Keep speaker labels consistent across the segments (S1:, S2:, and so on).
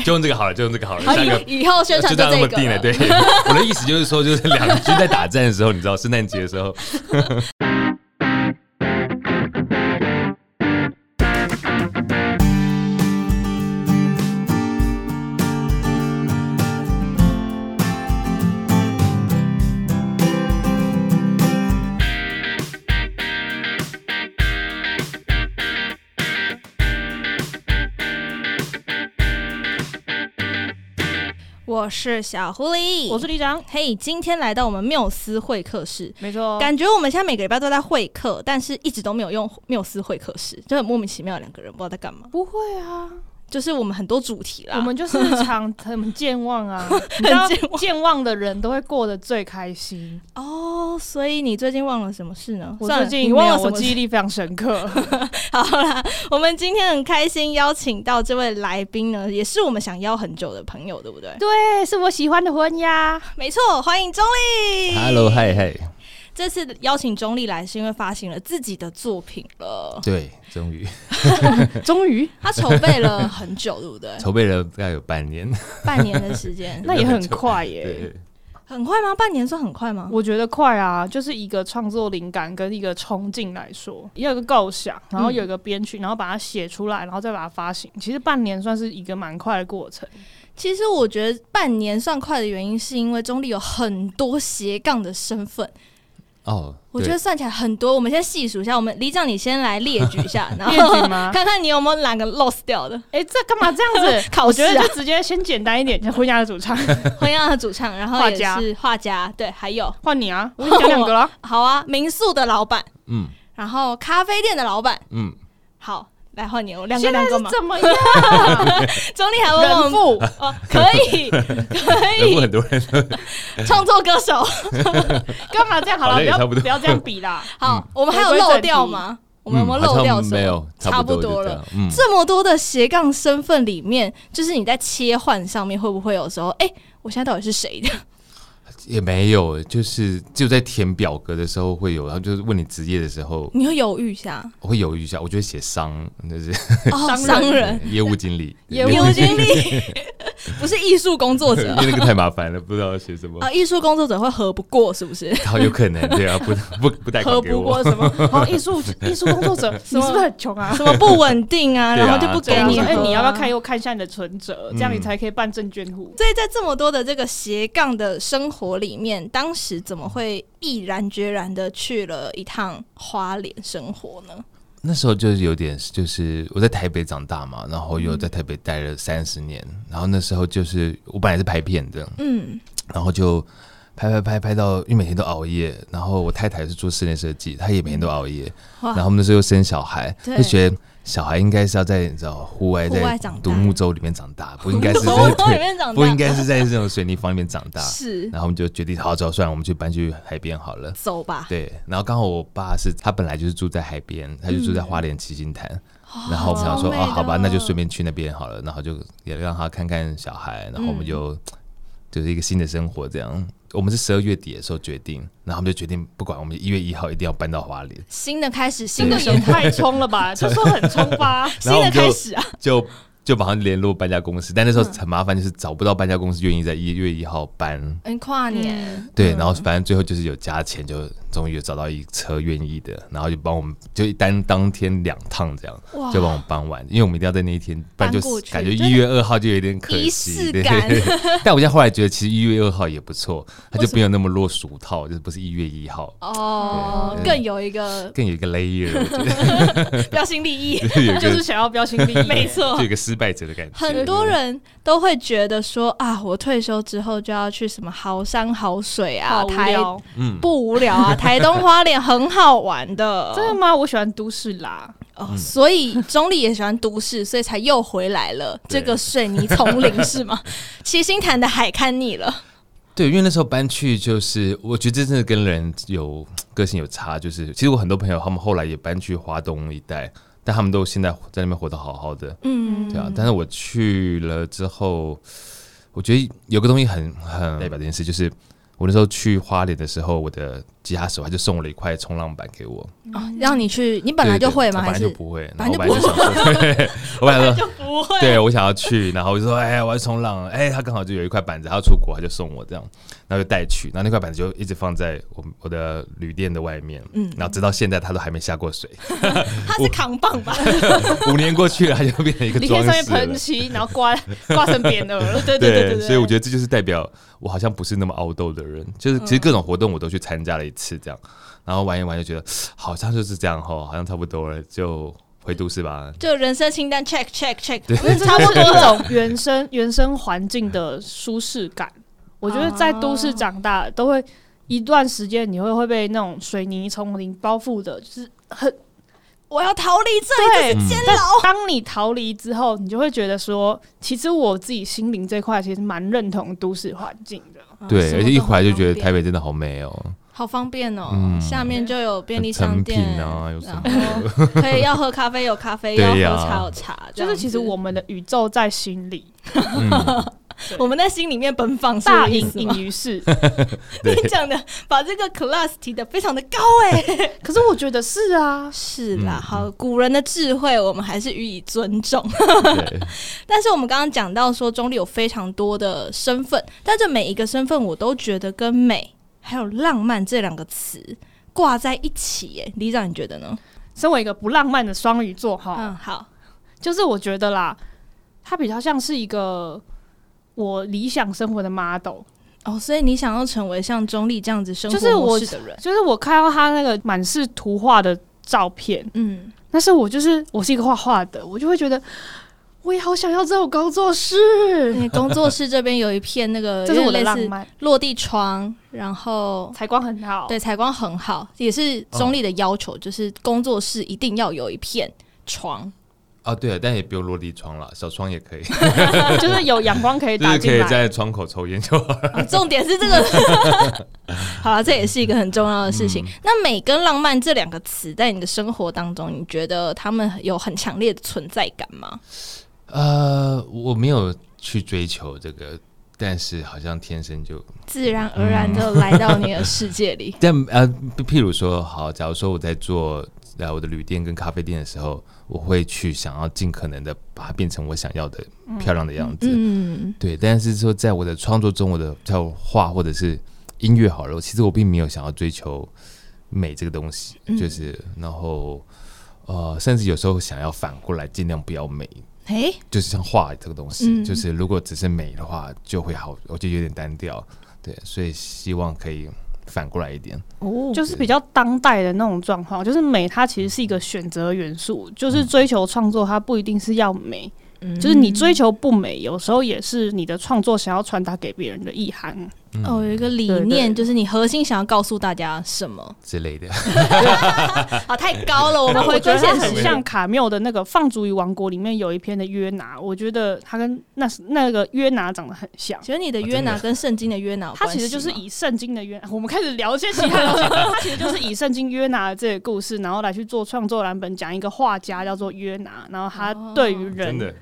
S1: 就用这个好了，就用这个好了。
S2: 好，
S1: 下一个
S2: 以以后宣传
S1: 就这样那
S2: 这
S1: 么
S2: 个
S1: 定了。
S2: 了。
S1: 对，我的意思就是说，就是两军在打战的时候，你知道圣诞节的时 候，
S2: 我是小狐狸，
S3: 我是李长，
S2: 嘿今天来到我们缪斯会客室。
S3: 没错。
S2: 哦感觉我们现在每个礼拜都在会客，但是一直都没有用缪斯会客室，就很莫名其妙，两个人不知道在干嘛。
S3: 不会啊，
S2: 就是我们很多主题啦，
S3: 我们就是常很健 忘啊，你知道
S2: 啊很健忘
S3: 健忘的人都会过得最开心。
S2: 哦，所以你最近忘了什么事呢？
S3: 我
S2: 算了
S3: 最
S2: 你
S3: 近
S2: 忘
S3: 没有
S2: 了什
S3: 我
S2: 么
S3: 记忆
S2: 事？
S3: 力非常 深刻。
S2: 好啦，我们今天很开心邀请到这位来宾呢，也是我们想邀很久的朋友，对不对？
S3: 对，是我喜欢的 婚呀。
S2: 没错，欢迎钟丽。
S1: Hello，嗨嗨，
S2: 这次邀请钟丽来是因为发行了自己的作品了，
S1: 对，终于
S3: 终于，
S2: 他筹备了很久，对不 对？
S1: 筹备了大概有半年，
S2: 半年的时间，
S3: 那也很快耶、
S1: 对，
S2: 很快吗？半年算很快吗？
S3: 我觉得快啊，就是一个创作灵感跟一个冲劲来说，要有一个构想，然
S2: 嗯
S3: 后有一个编曲，然后把它写出来，然后再把它发行。其实半年算是一个蛮快的过程。
S2: 其实我觉得半年算快的原因，是因为钟丽有很多斜杠的身份，
S1: 哦，
S2: 我觉得算起来很多。我们先细数一下，我们李长你先来列举一 下，然
S3: 列
S2: 后
S3: 举吗？
S2: 看看你有没有哪个 lost 掉的，
S3: 哎、这干嘛这样子？
S2: 考
S3: 我
S2: 试
S3: 觉得
S2: 啊
S3: 就直接先简单一点，就婚家的主唱
S2: 同样的主唱，然后
S3: 画
S2: 也
S3: 家
S2: 是画家，对，还有
S3: 换你 啊，我已经讲两个了。
S2: 好啊，民宿的老板，
S1: 嗯
S2: 然后咖啡店的老板，
S1: 嗯，
S2: 好，来换你，我哦两个
S3: 现在
S2: 两
S3: 是
S2: 个嘛，
S3: 怎么样？
S2: 总理还会帮我
S3: 人
S2: 们
S3: 父，
S2: 哦，可以可
S1: 人物
S2: 以，
S1: 很多人嗯
S2: 创作歌手，
S3: 干嘛这样？好了，
S1: 好像
S3: 不
S1: 也
S3: 要
S1: 差不多
S3: 不要这样比 啦。
S2: 好，我们还有
S3: 回归正
S2: 漏掉
S3: 题
S2: 吗？我们有没有
S1: 嗯嗯好
S2: 漏
S1: 像
S2: 掉什么？
S1: 没有，
S2: 差不
S1: 不
S2: 多
S1: 就
S2: 了
S1: 这样。嗯，
S2: 这么多的斜杠身份里面，就是你在切换上面会不会有时候，哎、我现在到底是谁的？
S1: 也没有，就是只有在填表格的时候会有，然后就是问你职业的时候
S2: 你会犹豫一下
S1: 我会犹豫一下，我觉得写商 就是
S2: 哦，
S3: 商人
S2: 商人、
S1: 业务经理，
S3: 业务
S2: 业务 经理，不是艺术工作
S1: 因
S2: 者
S1: 为那个太麻烦了，不知道写什么，
S2: 啊，艺术工作者会合不过，是不是？
S1: 好有可能对啊，不 不不贷
S2: 合
S1: 款给
S2: 不
S1: 我
S2: 过，什么
S3: 然后哦艺术艺术工作 者，你是不是很穷啊？
S2: 什么不稳定 啊，
S1: 对啊
S2: 然后就不给
S3: 对啊，
S1: 对
S2: 你
S3: 说
S2: 合
S3: 哎，
S2: 啊。
S3: 你要不要看又看一下你的存折，这样你
S1: 嗯
S3: 才可以办证券户。
S2: 所以在这么多的这个斜杠的生活里面，当时怎么会毅然决然的去了一趟花莲生活呢？
S1: 那时候就是有点，就是我在台北长大嘛，然后
S2: 嗯
S1: 又在台北待了三十年，然后那时候就是我本来是拍片的，
S2: 嗯，
S1: 然后就拍拍拍拍到，因为每天都熬夜，然后我太太是做室内设计，她也每天都熬夜，
S2: 哇
S1: 然后我们那时候又生小孩，
S2: 对
S1: 就觉得小孩应该是要在你知道户外
S2: 户
S1: 在
S2: 外长大
S1: 独木舟里面长 大，不应该是
S2: 从
S1: 在
S2: 我头里面长
S1: 不应
S2: 大，
S1: 该是在这种水泥房里面长大。
S2: 是
S1: 然后我们就决定，好，走，算了，我们去搬去海边好了。
S2: 走吧？
S1: 对，然后刚好我爸是他本来就是住在海边，他就住在花莲七星潭，然后我们想说
S2: 超美
S1: 啊，好吧，
S2: 的
S1: 那就顺便去那边好了，然后就也让他看看小孩，然后我们就、就是一个新的生活这样。我们是十二月底的时候决定，然后我们就决定不管，我们一月一号一定要搬到花莲，
S2: 新的开始，新
S3: 这
S2: 的
S3: 个
S2: 生
S3: 也
S2: 活，
S3: 太冲了 吧，就说很冲 吧。
S2: 新
S1: 然后我
S2: 的
S1: 们就
S2: 开始啊！
S1: 就就马上联络搬家公司，但那时候很麻烦，就是找不到搬家公司愿意在一月一号搬，
S2: 嗯，跨年，
S1: 对，然后反正最后就是有加钱，就终于有找到一车愿意的，然后就帮我们就一单当天两趟这样
S2: 哇，
S1: 就帮我们搬完，因为我们一定要在那一天，不然就
S2: 搬过去
S1: 感觉一月二号就有点可
S2: 仪
S1: 惜。
S2: 式
S1: 对
S2: 感
S1: 但我现在后来觉得，其实一月二号也不错，它
S2: 为
S1: 就
S2: 什
S1: 没有那么落俗套，就是不是一月一号，
S2: 哦，
S1: 对
S2: 更有 一个
S1: 更有一个 layer，我 觉得
S2: 标新立异。
S1: 就是有一
S3: 就是
S1: 个
S3: 想要标新立异，
S2: 没错
S1: 就有一个失败者的感觉。
S2: 很多人都会觉得说啊，我退休之后就要去什么好山好水啊，
S3: 好无
S2: 台
S3: 聊。
S1: 嗯，
S2: 不无聊啊，台东花莲很好玩的，
S3: 真的吗？我喜欢都市啦，
S2: 哦，
S1: 嗯
S2: 所以中立也喜欢都市，所以才又回来了这
S1: 对
S2: 个水泥丛林 是吗？七星潭的海看腻了，
S1: 对，因为那时候搬去就是，我觉得这真的跟人有个性有差。就是其实我很多朋友他们后来也搬去华东一带，但他们都现在在那边活得好好的，
S2: 嗯，
S1: 对啊。但是我去了之后，我觉得有个东西很很代表这件事，就是我那时候去花莲的时候，我的吉他手他就送我了一块冲浪板给我。
S3: 嗯
S2: 哦，让你去，你本来就会吗？
S1: 对对
S2: 还
S1: 对我本来就
S2: 是
S1: 不会，
S2: 本
S1: 然
S2: 来
S1: 后
S2: 就
S1: 我本
S2: 不
S1: 来就想说，对我本来说，
S3: 就不会。
S1: 对我想要去，然后我就说，哎，我要冲浪，哎，他刚好就有一块板子，他要出国，他就送我这样，然后就带去，然后那块板子就一直放在我我的旅店的外面，
S2: 嗯
S1: 然后直到现在他都还没下过水，
S2: 他是扛棒吧？
S1: 五年过去了，他就变成一个
S3: 你可
S1: 装
S3: 以上面
S1: 饰
S3: 喷
S1: 了。
S3: 漆，然后 挂挂成匾额。对对对对，
S1: 所以我觉
S3: 得
S1: 得这就是代表我好像不是那么凹豆的人，就是其实各种活动我都去参加了一次这样，然后玩一玩就觉得好像就是这样吼，好像差不多了，就回都市吧。
S2: 就人生清单 check check check，
S3: 差不 多一种原生原生环境的舒适感。我觉得在都市长
S2: 哦
S3: 大都会一段时间，你会会被那种水泥丛林包覆的，就是很
S2: 我要逃离这里，
S3: 对。
S1: 嗯，
S3: 但
S2: 哦
S3: 当你逃离之后，你就会觉得说，其实我自己心灵这块其实蛮认同都市环境的。
S1: 嗯
S2: 哦
S1: 对，而且一回来就觉得台
S2: 北
S1: 北真的好美 哦，
S2: 好方便哦，
S1: 嗯
S2: 下面就有便利商
S1: 成品
S2: 店
S1: 啊，有什
S2: 然
S1: 么
S2: 后？可以要喝咖啡有咖啡，
S1: 对
S2: 要
S1: 呀
S2: 喝茶有茶，
S3: 就是其实我们的宇宙在心里，
S1: 嗯，
S2: 这样子我们在心里面奔放，是
S3: 大
S2: 这个意
S3: 隐
S2: 思吗
S3: 隐于市。
S1: 对
S2: 你讲的把这个 class 提的非常的高哎、
S3: 可是我觉得是啊，
S2: 是啦，
S1: 嗯
S2: 好，古人的智慧我们还是予以尊重。
S1: 对，
S2: 但是我们刚刚讲到说，中立有非常多的身份，但这每一个身份我都觉得跟美还有浪漫这两个词挂在一起耶。李长，你觉得呢？
S3: 身为一个不浪漫的双鱼座哈，
S2: 嗯，好，
S3: 就是我觉得啦，它比较像是一个我理想生活的 model。
S2: 哦，所以你想要成为像中立这样子生
S3: 就是
S2: 活
S3: 我
S2: 模式的人，
S3: 就是我看到他那个满是图画的照片，
S2: 嗯，
S3: 但是我就是我是一个画画的，我就会觉得我也好想要这种工作室，
S2: 你工作室这边有一片那 个，
S3: 这是我的
S2: 呃有点
S3: 浪
S2: 类似
S3: 漫，
S2: 落地窗，然后
S3: 采光很好。
S2: 对，采光很好，也是中立的要求，就是工作室一定要有一片床。
S1: 哦对了，但也不用落地窗了，小窗也可以，
S3: 就是有阳光可以
S1: 就
S3: 打
S1: 是可
S3: 进
S1: 以
S3: 来。
S1: 在窗口抽烟就 好。
S2: 啊 重点是这个， 好了，这也是一个很重要的事情。那美跟浪漫这两个词，在你的生活当中，你觉得他们有很强烈的存在感吗？
S1: 呃，我没有去追求这个，但是好像天生就。
S2: 自然而然就来到你的世界 里
S1: 但呃，譬譬如说，好，假如说我在做呃我的旅店跟咖啡店的时候，我会去想要尽可能的把它变成我想要的漂亮的样子，
S2: 嗯，
S1: 对。但是说，在我的创作中，我的叫画或者是音乐好了，其实我并没有想要追求美这个东西，
S2: 嗯
S1: 就是然后呃，甚至有时候想要反过来尽量不要美，
S2: 诶，
S1: 就是像画这个东西，
S2: 嗯
S1: 就是如果只是美的话，就会好，我就有点单调，对。所以希望可以反过来一点。
S2: 哦，
S3: 就是比较当代的那种状况，就是美，它其实是一个选择元素，就是追求创作，它不一定是要美，就是你追求不美，有时候也是你的创作想要传达给别人的意涵。
S1: 嗯
S2: 哦，有一个理
S3: 对对
S2: 念，就是你核心想要告诉大家什么？
S1: 之类的。
S2: 啊，太高了，我们
S3: 但
S2: 回
S3: 我觉
S2: 归
S3: 得它
S2: 现
S3: 很
S2: 实。
S3: 像卡缪的那个《放逐于王国》里面有一篇的约拿，我觉得他跟那那个约拿长得很像。
S2: 请问你的约拿跟圣经的约拿有
S3: 他
S2: 关系吗，
S3: 其实就是以圣经的约， 我们开始聊一些其他东西。 他其实就是以圣经约拿的这个故事，然后来去做创作蓝本，讲一个画家叫做约拿，然后他
S2: 哦
S3: 对于
S1: 真
S3: 人
S1: 的，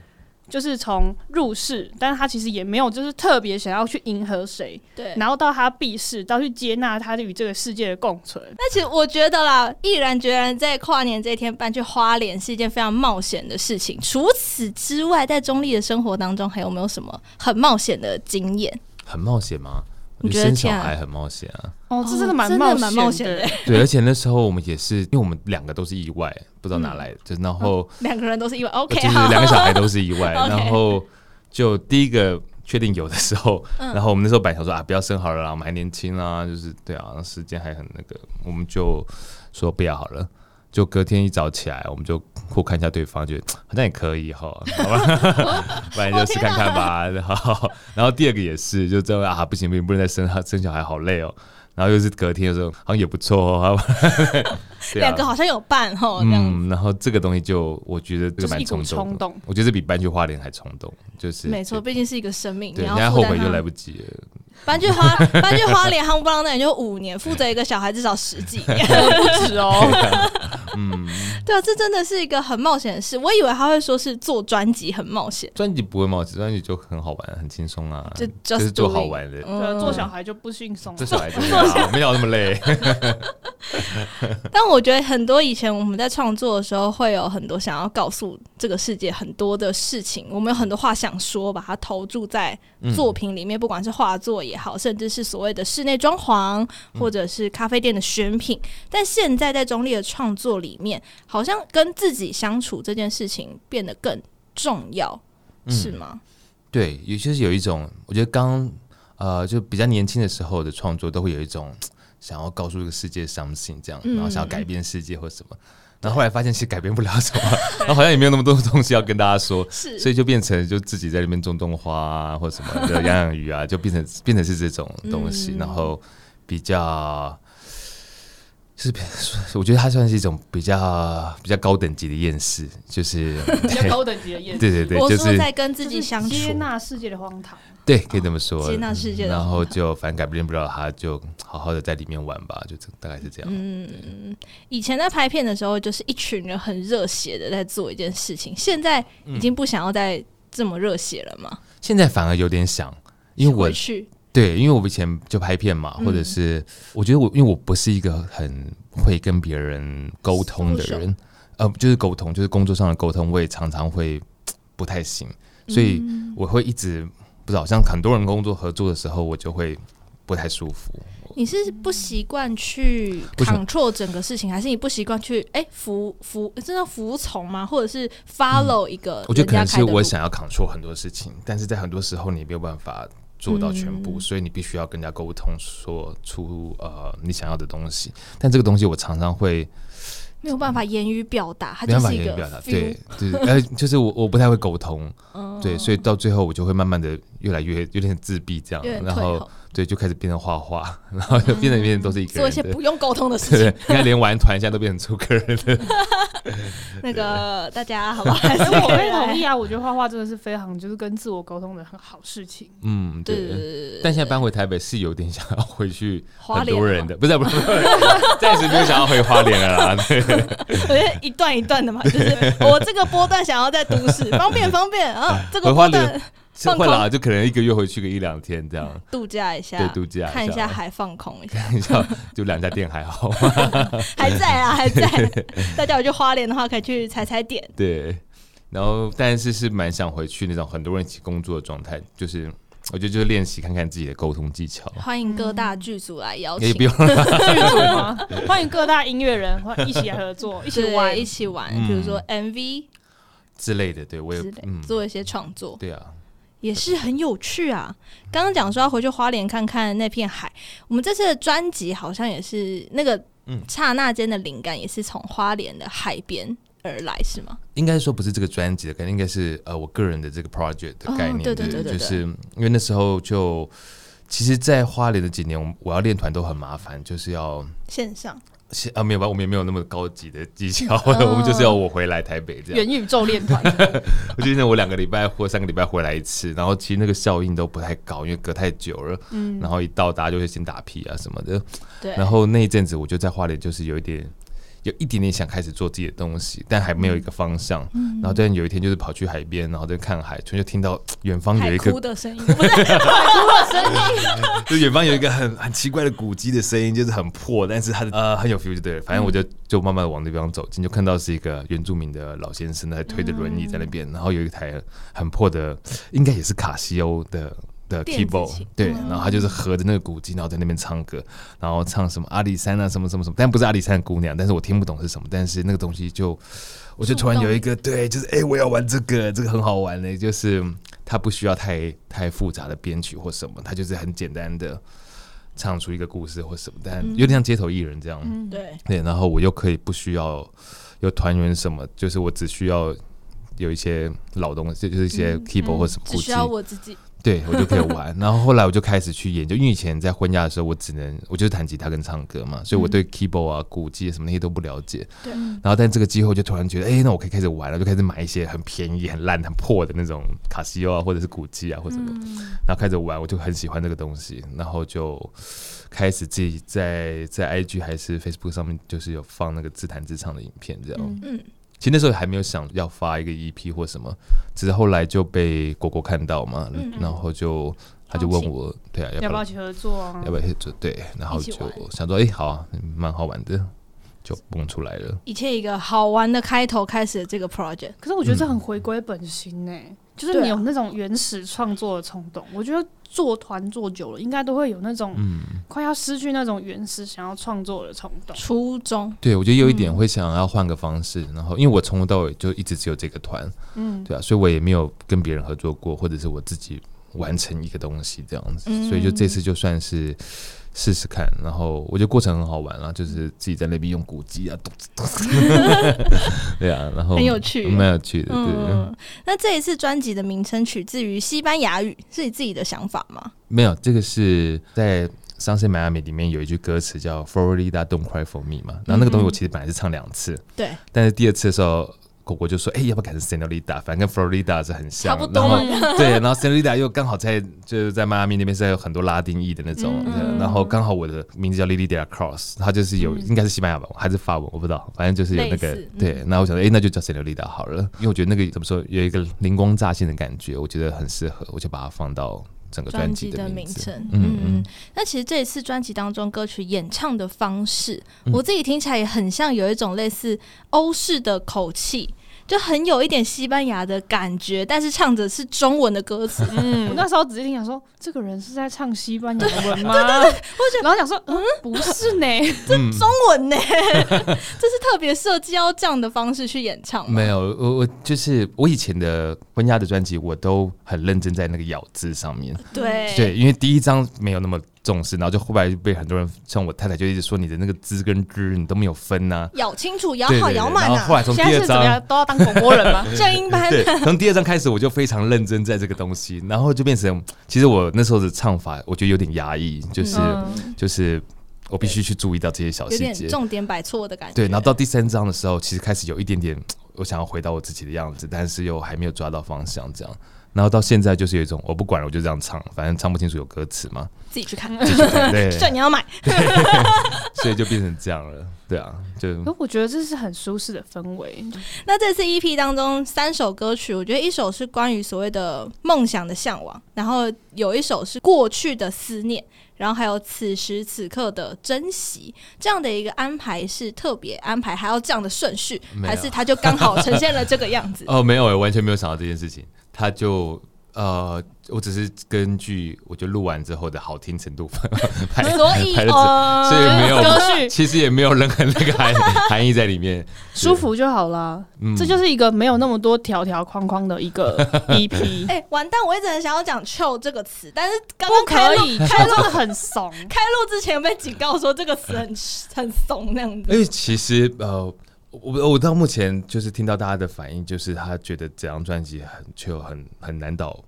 S3: 就是从入世，但是他其实也没有就是特别想要去迎合谁，
S2: 对。
S3: 然后到他避世，到去接纳他与这个世界的共存。
S2: 那其实我觉得啦，毅然决然在跨年这一天搬去花莲是一件非常冒险的事情。除此之外，在中立的生活当中，还有没有什么很冒险的经验？
S1: 很冒险吗？
S2: 你
S1: 我
S2: 觉
S1: 觉
S2: 得
S1: 得生小
S2: 天啊
S1: 孩很冒险啊，
S3: 哦，这真的蛮
S2: 真
S3: 冒
S2: 的
S3: 险
S2: 蛮冒险的，
S1: 对，而且那时候我们也是，因为我们两个都是意外，不知道哪
S2: 嗯
S1: 来的，就然后、
S2: 两个人都是意外。
S1: 哦就
S2: OK，
S1: 是
S2: 好，
S1: 两个小孩都是意外，
S2: OK
S1: 然后就第一个确定有的时候，
S2: 嗯
S1: 然后我们那时候本来想说啊，不要生好了啦，我们还年轻啊，就是对啊，时间还很那个，我们就说不要好了。就隔天一早起来，我们就互看一下对方，觉得好像也可以哈，好 吧，不然就试看看
S2: 哦
S1: 吧。然后，然后第二个也是，就这样啊，不行不行，不能再生生小孩，好累哦。然后又是隔天的时候，好像也不错哦，好吧对啊
S2: 两个好像有伴吼，哦这样、
S1: 嗯，然后这个东西就我觉得这
S3: 就
S1: 个
S3: 是
S1: 蛮
S3: 一股
S1: 冲动
S3: 冲
S1: 的，
S3: 动。
S1: 我觉得这比搬去花莲还冲动，就是
S2: 没错，
S1: 对
S2: 毕竟是一个生命，你
S1: 对，
S2: 要
S1: 人家
S2: 负
S1: 后
S2: 担
S1: 悔就
S2: 它
S1: 来不及了。
S2: 搬去花搬去 花莲，夯不啷当也就五年，负责一个小孩至少十几年。
S3: 不止哦，
S1: 嗯，
S2: 对啊，这真的是一个很冒险的事。我以为他会说是做专辑很冒险，
S1: 专辑不会冒险，专辑就很好玩，很轻松啊，
S2: 就
S1: 就
S2: just
S1: 是做好
S2: doing
S1: 玩的。
S3: 对，啊做小
S2: 嗯
S3: 孩就不轻松。
S1: 这小孩真 的好啊没有那么累，
S2: 但我觉得很多以前我们在创作的时候，会有很多想要告诉这个世界很多的事情，我们有很多话想说，把它投注在作品里面，不管是画作也好，甚至是所谓的室内装潢，或者是咖啡店的选品。但现在在中立的创作里面，好像跟自己相处这件事情变得更重要，
S1: 嗯
S2: 是吗？
S1: 对，尤其是有一种，我觉得刚呃，就比较年轻的时候的创作，都会有一种想要告诉这个世界 something 这样，
S2: 嗯
S1: 然后想要改变世界或什么。然后后来发现其实改变不了什 么，然后好像也没有那么多东西要跟大家说，
S2: 是
S1: 所以就变成就自己在那边种种花啊，或什么的养养鱼啊，就变成变成是这种东西，
S2: 嗯
S1: 然后比较。是比，我觉得它算是一种比较比较高等级的厌世， 就是
S3: 比较高等级的厌世，
S1: 对对对，
S2: 我
S1: 就
S2: 说
S1: 是
S2: 在跟自己相处，
S3: 接纳世界的 荒唐。
S1: 对，可以这么说，
S2: 接纳世界的
S1: 然
S2: 荒
S1: 后
S2: 唐
S1: 就反正改变不了他，就好好的在里面玩吧，就这大概是这样。
S2: 嗯，以前在拍片的时候，就是一群人很热血的在做一件事情，现在
S1: 嗯
S2: 已经不想要再这么热血了嘛。
S1: 现在反而有点想，因为我
S2: 回去，
S1: 对，因为我以前就拍片嘛，
S2: 嗯
S1: 或者是我觉得我因为我不是一个很会跟别人沟通的
S2: 入手
S1: 人，呃，就是沟通，就是工作上的沟通，我也常常会不太行，所以
S2: 嗯
S1: 我会一直不知道，像很多人工作合作的时候，我就会不太舒服。
S2: 你是不习惯去
S1: 不喜
S2: control 整个事情，还是你不习惯去哎、服服，真的服从吗？或者是 follow 一个
S1: 嗯我觉得
S2: 人
S1: 可
S2: 家
S1: 能
S2: 开
S1: 是
S2: 的
S1: 我
S2: 路？
S1: 想要 control 很多事情，但是在很多时候你没有办法做到全
S2: 嗯
S1: 部，所以你必须要跟人家沟通，说出呃你想要的东西。但这个东西我常常会
S2: 没有办法言语表达，它
S1: 没
S2: 就
S1: 办法
S2: 啊是一
S1: 言语
S2: 个
S1: 表达，
S2: feel 哦嗯
S1: 对，对，呃，就是我我不太会沟通，对，所以到最后我就会慢慢的越来越有点自闭这样
S2: 有点，退
S1: 然后
S2: 后，嗯
S1: 对就开始变成画画，然后就变得变成都是一个
S2: 做一
S1: 人
S2: 些
S1: 的。
S2: 不用沟通的事
S1: 对，对
S2: 情。
S1: 你看连玩团现在都变成出个人了，
S2: 那个大家好不 好？还是
S3: 哎，我可以
S2: 来
S3: 同意啊，我觉得画画真的是非常就是跟自我沟通的很好事情。
S1: 嗯，
S2: 对对对
S1: 对。
S2: 对对，
S1: 但现在搬回台北是有点想要回去
S2: 花
S1: 很
S2: 莲
S1: 多
S2: 吗
S1: 人的，不是、啊、不是，不是暂时没有想要回花莲了啦。对
S2: 我觉得一段一 段的嘛，就是我这个波段想要在都市方便方便，啊，这个
S1: 哎回花
S2: 波
S1: 莲
S2: 段
S1: 是
S2: 放
S1: 会啦，
S2: 空
S1: 就可能一个月回去个一两天这样，
S2: 度假一下，
S1: 对，度假
S2: 看一下
S1: 下，
S2: 海，放空一下，
S1: 看一下，就两家店还好。
S2: 还在 啊，还在。大家有去花莲的话，可以去踩踩点。
S1: 对，然后但是是蛮想回去那种很多人一起工作的状态，就是我觉得就是练习看看自己的沟通技巧，
S2: 欢迎各大剧组来邀请
S1: 也，不用
S3: 剧组吗？ 欢迎各大音乐人一起来 合作，一
S2: 一
S3: 起玩
S2: 一。起玩，
S1: 嗯
S2: 比如说 MV
S1: 之类的。对我也
S2: 之类，
S1: 嗯，
S2: 做一些创作，
S1: 对啊，
S2: 也是很有趣啊。刚刚讲说要回去花莲看看那片海，我们这次的专辑好像也是那个
S1: 嗯
S2: 刹那间的灵感，也是从花莲的海边而来，是吗？
S1: 应该说不是这个专辑的概念，应该是呃我个人的这个 project 的概念。
S2: 哦对对对对对
S1: 就是因为那时候就。其实，在花莲的几年，我我要练团都很麻烦，就是要
S2: 线上。
S1: 是啊，没有吧？我们也没有那么高级的技巧，
S2: 哦
S1: 我们就是要我回来台北这样。
S3: 元宇宙练团，
S1: 我记得我两个礼拜或三个礼拜回来一次，然后其实那个效应都不太高，因为隔太久了。嗯，然后一到大家就会先打屁啊什么的。
S2: 对，
S1: 然后那一阵子我就在花莲，就是有一点，有一点点想开始做自己的东西，但还没有一个方向。
S2: 嗯
S1: 然后但有一天就是跑去海边，然后在看海，突然就听到远方有
S2: 海
S1: 一个
S2: 哭，的声音，不是
S1: 就远方有一个很很奇怪的古迹的声音，就是很破，但是它的呃很有 feel 就对了。反正我就
S2: 嗯
S1: 就慢慢的往那地方走近，就看到是一个原住民的老先生在推着轮椅在那
S2: 嗯
S1: 边，然后有一台很破的，应该也是卡西欧的。的
S2: 电子
S1: keyboard
S2: 琴嗯
S1: 对，然后他就是合着那个古迹，然后在那边唱歌，然后唱什么阿里山啊，什么什么什么，但不是阿里山的姑娘，但是我听不懂是什么，但是那个东西就，我就突然有一个对，就是哎、我要玩这个，这个很好玩的、欸就是它不需要太太复杂的编曲或什么，它就是很简单的唱出一个故事或什么，但
S2: 嗯
S1: 有点像街头艺人这样，
S2: 对，
S1: 对，然后我又可以不需要有团员什么，就是我只需要有一些老东西，就是一些 keyboard 或什么
S2: 嗯只
S1: 古
S2: 需
S1: 迹，
S2: 要我自己，
S1: 对我就可以玩。然后后来我就开始去研究，因为以前在婚嫁的时候，我只能我就是弹吉他跟唱歌嘛， 所以我对 keyboard 啊、鼓机什么那些都不了解。
S2: 对
S1: 然后但这个机会我就突然觉得，哎、那我可以开始玩了，就开始买一些很便宜、很烂、很破的那种卡西欧啊，或者是鼓机啊，或者什么，然后开始玩，我就很喜欢这个东西，然后就开始自己在在 IG 还是 Facebook 上面，就是有放那个自弹自唱的影片这样。
S3: 嗯
S2: 嗯，
S1: 其实那时候还没有想要发一个 EP 或什么，只是后来就被果果看到嘛，
S2: 嗯嗯
S1: 然后就他就
S3: 放
S1: 问
S3: 弃
S1: 我，对啊，
S3: 要
S1: 要
S3: 不
S1: 不
S3: 要
S1: 要
S3: 一起合作啊
S1: 要？不要一起做？对，然后
S2: 一起
S1: 就
S2: 玩
S1: 想说，哎、好啊，嗯蛮好玩的，就蹦出来了。
S2: 一切一个好玩的开头开始的这个 project，
S3: 可是我觉得这很回归本心呢、
S1: 嗯
S3: 就是
S2: 对啊
S3: 你有那种原始创作的冲动。我觉得做团做久了，应该都会有那种
S1: 嗯
S3: 快要失去那种原始想要创作的冲动。
S2: 初衷，
S1: 对，我觉得有一点会想要换个方式，然后因为我从头到尾就一直只有这个团，
S3: 嗯，
S1: 对啊，所以我也没有跟别人合作过，或者是我自己完成一个东西这样子，所以就这次就算是试试看，然后我觉得过程很好玩啊，就是自己在那边用鼓机啊，咚子咚 子对啊，然后
S2: 很有趣
S1: 蛮有趣的，对。
S2: 嗯，那这一次专辑的名称取自于西班牙语，是你自己的想法吗？
S1: 没有，这个是在《Sunset Miami》里面有一句歌词叫 “Florida Don't Cry for Me” 嘛，然后那个东西
S2: 嗯
S1: 我其实本来是唱两次，
S2: 对，
S1: 但是第二次的时候，果果就说：“哎、要不要改成 Senorita？反正跟 Florida 是很像。”
S2: 差不
S1: 然
S2: 多
S1: 后
S2: 嘛。
S3: 嗯
S1: 对，然后 Senorita 又刚好在就是在迈阿密那边是有很多拉丁裔的那种，
S2: 嗯
S1: 对然后刚好我的名字叫 Lily de la Cruz，她就是有、应该是西班牙吧，还是法文，我不知道，反正就是有那个
S2: 嗯类似嗯
S1: 对。那我想说，哎、那就叫 Senorita 好了，因为我觉得那个怎么说，有一个灵光乍现的感觉，我觉得很适合，我就把它放到整个专
S2: 专
S1: 辑
S2: 辑
S1: 的
S2: 的
S1: 名
S2: 名
S1: 字。
S2: 称，
S1: 嗯
S2: 嗯
S1: 嗯
S2: 嗯。那其实这一次专辑当中歌曲演唱的方式，
S1: 嗯
S2: 我自己听起来也很像有一种类似欧式的口气，就很有一点西班牙的感觉，但是唱着是中文的歌词，
S3: 我那时候仔细听想说，这个人是在唱西班牙文吗？然后想说，嗯，不是呢，
S2: 中文呢， 这是特别设计要这样的方式去演唱吗
S1: 没有，我我就是我以前的婚家的专辑，我都很认真在那个咬字上面。
S2: 对
S1: 对，因为第一张没有那么重视，然后就后来就被很多人，像我太太就一直说你的那个滋跟之你都没有分呐、
S2: 咬清楚，咬
S1: 对
S2: 好，
S1: 对对
S2: 咬满
S1: 然后后
S2: 啊，
S1: 来从第
S3: 现在
S1: 二
S3: 是怎么样
S1: 张，
S3: 都要当广播人吗？
S2: 正音班。
S1: 对，从第二张开始我就非常认真在这个东西，然后就变成，其实我那时候的唱法，我觉得有点压抑，就是、
S3: 嗯
S1: 就是我必须去注意到这些小
S2: 有
S1: 细
S2: 点
S1: 节。
S2: 重点摆错的感觉，
S1: 对，然后到第三章的时候，其实开始有一点点，我想要回到我自己的样子，但是又还没有抓到方向，这样。然后到现在就是有一种，我不管了，我就这样唱，反正唱不清楚有歌词嘛，
S2: 自己去看，
S1: 对，
S2: 算你要买，
S1: 所以就变成这样了。对啊，就
S3: 可我觉得这是很舒适的氛围，
S2: 那这次 EP 当中三首歌曲，我觉得一首是关于所谓的梦想的向往，然后有一首是过去的思念，然后还有此时此刻的珍惜。这样的一个安排是特别安排，还要这样的顺序，
S1: 没有
S2: 还是它就刚好呈现了这个样子？
S1: 哦，没有欸，完全没有想到这件事情。他就呃，我只是根据我就录完之后的好听程度 排
S2: 所以
S1: 排的，
S3: 呃
S1: 所以没有
S3: 歌序
S1: 其实也没有任何那个含含义在里面，
S3: 舒服就好啦。
S1: 嗯
S3: 这就是一个没有那么多条条框框的一 个 E EP，
S2: 哎、完蛋！我一直很想要讲 “chill” 这个词，但是刚刚
S3: 不
S2: 开
S3: 可
S2: 录
S3: 以，开真的很怂。
S2: 开录之前被警告说这个词很很怂那样子。
S1: 因为其实呃，我我到目前就是听到大家的反应，就是他觉得这张专辑很却很很难倒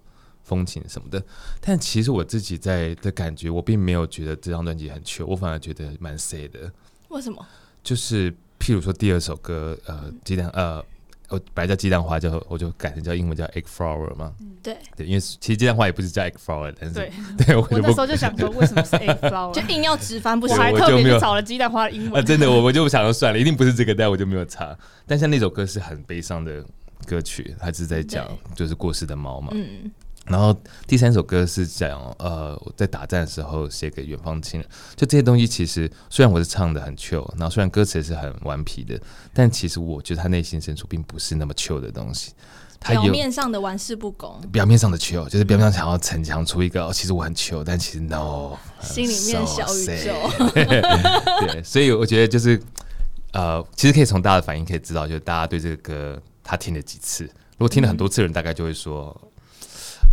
S1: 风情什么的。但其实我自己在的感觉，我并没有觉得这张专辑很缺，我反而觉得蛮 sad 的。
S2: 为什么？
S1: 就是譬如说第二首歌，呃，鸡蛋呃。我本来叫鸡蛋花，叫我就改成叫英文叫 egg flower 嘛，
S2: 对，
S1: 对，因为其实鸡蛋花也不是叫 egg flower，但是
S3: 对，
S1: 对 我
S3: 我
S1: 就
S3: 那
S1: 不
S3: 时候就想说，为什么是 A
S2: 就
S3: flower？
S2: 硬要直翻不
S3: 我
S2: 行。
S3: 还
S1: 我
S3: 特
S1: 就
S3: 别
S1: 没有
S3: 去找了鸡蛋花的英
S1: 啊，
S3: 文，
S1: 真的，我我就想说算了，一定不是这个，但我就没有查。但像那首歌是很悲伤的歌曲，它是在讲就是过世的猫嘛。
S2: 嗯，
S1: 然后第三首歌是讲呃我在打战的时候写给远方亲人，就这些东西其实虽然我是唱的很 chill，然后虽然歌词是很顽皮的，但其实我觉得他内心深处并不是那么 chill 的东西，他
S2: 表
S1: 有。
S2: 面上的玩世不恭，
S1: 表面上的 chill，就是表面上想要逞强出一个、哦，其实我很 chill，但其实 no，
S2: 心里
S1: so
S2: 面小宇
S1: sad
S2: 宙。
S1: 对，所以我觉得就是呃，其实可以从大家的反应可以知道，
S2: 嗯
S1: 就是大家对这个歌他听了几次。如果听了很多次的人，大概就会说，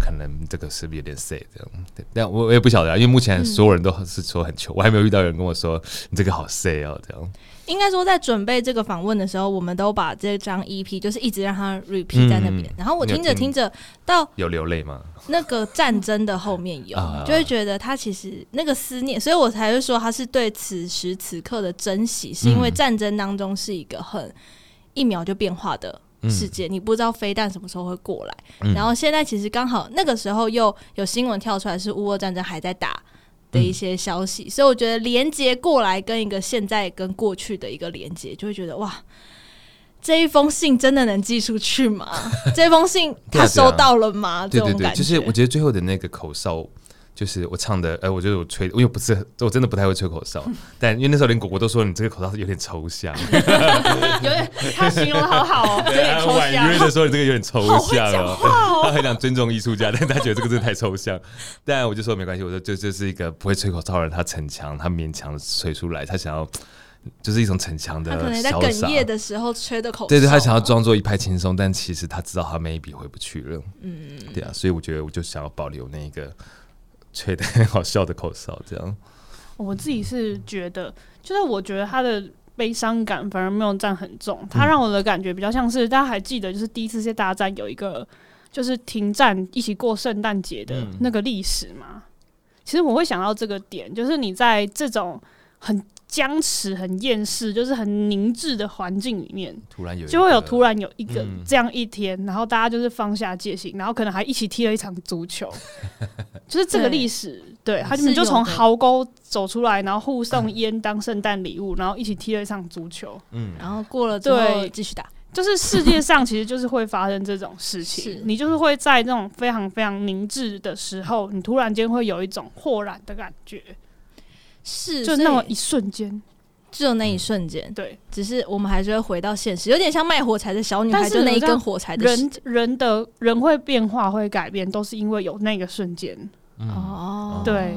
S1: 可能这个是不是有点 sad 这样？对但我我也不晓得啊，因为目
S2: 嗯
S1: 前所有人都是说很穷，我还没有遇到有人跟我说你这个好 sad 哦这样。
S2: 应该说，在准备这个访问的时候，我们都把这张 EP 就是一直让它 repeat 在那边。
S1: 嗯
S2: 然后我听着
S1: 你有听
S2: 听着，到
S1: 有流泪吗？
S2: 那个战争的后面有，
S1: 啊
S2: 就会觉得他其实那个思念，所以我才会说他是对此时此刻的珍惜，是因为
S1: 嗯
S2: 战争当中是一个很一秒就变化的世界，你不知道飞弹什么时候会过来。
S1: 嗯
S2: 然后现在其实刚好那个时候又有新闻跳出来是乌俄战争还在打。的一些消息，所以我觉得连接过来跟一个现在跟过去的一个连接，就会觉得哇，这一封信真的能寄出 去吗？这封信
S1: 对啊对啊
S2: 他收到了吗？
S1: 对
S2: 这
S1: 对
S2: 种
S1: 对，
S2: 感觉，
S1: 就是我觉得最后的那个口哨，就是我唱的，哎、我觉得我吹，我又不是很，我真的不太会吹口 哨，但因为那时候连果果都说你这个口哨有点抽象，
S3: 有点他形容的好 好哦，有点抽
S1: 啊婉约
S3: 象。
S1: 的说你这个有点抽
S2: 好会
S1: 象
S2: 讲
S1: 哦，
S2: 话哦
S1: 他很想尊重艺术家，但他觉得这个真的太抽象。但我就说没关系，我说这这是一个不会吹口哨的人，他逞强，他勉强的吹出来，他想要就是一种逞强的
S2: 他可能在
S1: 潇洒
S2: 哽。咽的啊时候吹的口哨，
S1: 对对，他想要装作一派轻松，但其实他知道他 maybe 回不去了。嗯，对啊，所以我觉得我就想要保留那个吹的很 好笑的口哨，这样。
S3: 我自己是觉得，就是我觉得他的悲伤感反而没有占很重，他让我的感觉比较像是大家还记得，就是第一次世界大战有一个就是停战一起过圣诞节的那个历史嘛。其实我会想到这个点，就是你在这种很僵持、很厌世、就是很凝滞的环境里面，
S1: 突然有一
S3: 就会有
S1: 个
S3: 突然有一个
S1: 嗯
S3: 这样一天，然后大家就是放下戒心，然后可能还一起踢了一场足球，就是这个历史，对他
S2: 是
S3: 们就
S2: 有
S3: 从
S2: 的
S3: 壕沟走出来，然后互送烟当圣诞礼物，然后一起踢了一场足球，
S1: 嗯
S2: 然后过了之后
S3: 对
S2: 继续打，
S3: 就是世界上其实就是会发生这种事
S2: 是
S3: 情，你就是会在那种非常非常凝滞的时候，你突然间会有一种豁然的感觉，
S2: 是
S3: 就那么
S2: 所以
S3: 一瞬间，
S2: 只有
S1: 嗯
S2: 那一瞬间，
S3: 对
S2: 只是我们还是会回到现实，有点像卖火柴的小女孩，
S3: 但是
S2: 就那一
S3: 有
S2: 根
S3: 在
S2: 火柴的
S3: 人人的人会变化会改变，都是因为有那个瞬间，
S1: 嗯，
S2: 哦，
S3: 对。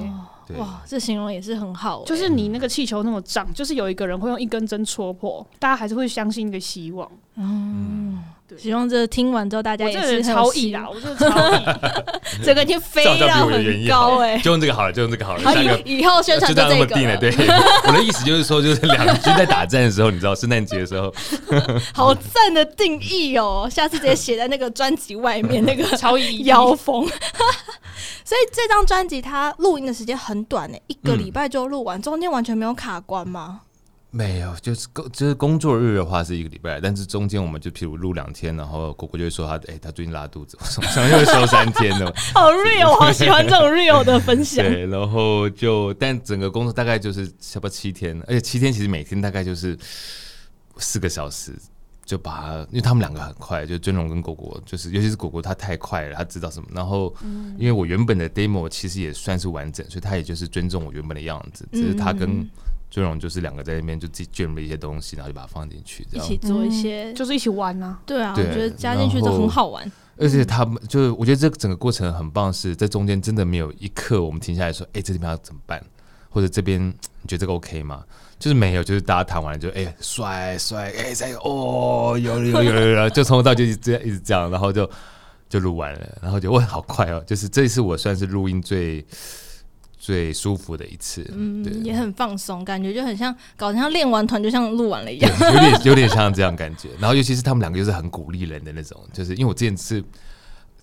S1: 对，
S2: 哇，这形容也是很好欸，
S3: 就是你那个气球那么胀，就是有一个人会用一根针戳破，大家还是会相信一个希望。
S2: 嗯
S3: 对。
S2: 希望这听完之后，大家
S3: 我
S2: 也
S3: 这
S2: 是
S3: 个人
S2: 很有
S3: 超
S2: 希
S3: 意 啦，
S2: 望，
S3: 我这个超意，
S2: 整个已经飞
S1: 这好像比
S2: 到
S1: 我的原
S2: 很
S1: 意好
S2: 高哎。
S1: 就用这个好了，就用这个好了，
S2: 好，
S1: 下一个。
S2: 以以后宣传
S1: 就这样那
S2: 这
S1: 么
S2: 个
S1: 定了，
S2: 了
S1: 对。我的意思就是说，就是两军在打战的时候，你知道圣诞节的时候，
S2: 好赞的定义哦！下次直接写在那个专辑外面那个
S3: 超意
S2: 妖风。 所以这张专辑它录音的时间很短呢、欸一个
S1: 嗯
S2: 礼拜就录完，中间完全没有卡关吗？
S1: 没有，就是工就是工作日的话是一个礼拜，但是中间我们就譬如录两天，然后果果就会说他哎、他最近拉肚子，我说上又会收三天的，
S2: 好 real，我好喜欢这种 real 的分享。
S1: 对，然后就但整个工作大概就是差不多七天，而且七天其实每天大概就是四个小时。就把它，因为他们两个很快，就尊荣跟果果，就是尤其是果果，他太快了，他知道什么。然后，因为我原本的 demo 其实也算是完整，所以他也就是尊重我原本的样子，只是他跟尊荣就是两个在那边就自己卷了一些东西，然后就把它放进去，这
S2: 一
S1: 样
S2: 起做一些，
S3: 就是一起玩 啊。
S2: 对啊，我
S1: 对
S2: 觉得加进去都很好玩。
S1: 而且他们就是，我觉得这个整个过程很棒，是在中间真的没有一刻我们停下来说，哎、这地方要怎么办，或者这边你觉得这个 OK 吗？就是没有，就是大家谈完了就哎帅帅哎再哦有有有有有，就从头到尾就一直这样一直这样，然后就就录完了，然后就哇好快哦，就是这一次我算是录音最最舒服的一次，对，
S2: 嗯，也很放松，感觉就很像搞得像练完团，就像录完了一样。
S1: 对有点有点像这样感觉。然后尤其是他们两个又是很鼓励人的那种，就是因为我之前是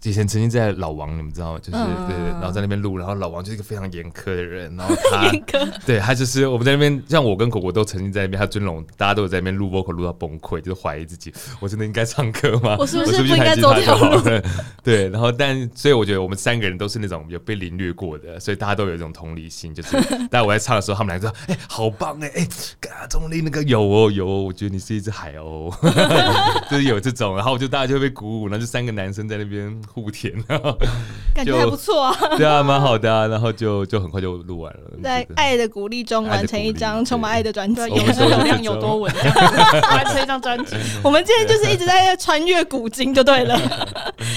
S1: 以前曾经在老王，你们知道吗？就是、
S2: 嗯
S1: 对对，然后在那边录，然后老王就是一个非常严苛的人，然后他
S2: 哥，
S1: 对他就是我们在那边，像我跟果果都曾经在那边，他尊龙大家都有在那边录 vocal 录到崩溃，就是怀疑自己，我真的应该唱歌吗？
S2: 我是不
S1: 不
S2: 是
S1: 是
S2: 不应
S1: 弹
S2: 该
S1: 吉他
S2: 走这
S1: 就
S2: 条
S1: 好
S2: 路
S1: 了？ 对，然后但所以我觉得我们三个人都是那种有被领略过的，所以大家都有一种同理心，就是 当我在唱的时候，他们俩就说：“哎、好棒哎、哎，嘎钟丽那个有哦有哦，我觉得你是一只海 鸥。”就是有这种，然后我就大家就会被鼓舞，然后就三个男生在那边互舔，然 后
S2: 感觉还不错啊，
S1: 对啊，蛮好的啊，然后就就很快就录完了。
S2: 在
S1: 这个
S2: 爱的鼓励中
S1: 爱的
S2: 完成一
S1: 鼓
S2: 张
S1: 励
S2: 充满爱的 专辑
S3: 对，。啊
S1: 我
S3: 有
S1: 们都是
S3: 流
S1: 这
S3: 量有
S1: 种
S3: 多稳，啊完成一张专辑。
S2: 我们今天就是一直在穿越古今，就对 了，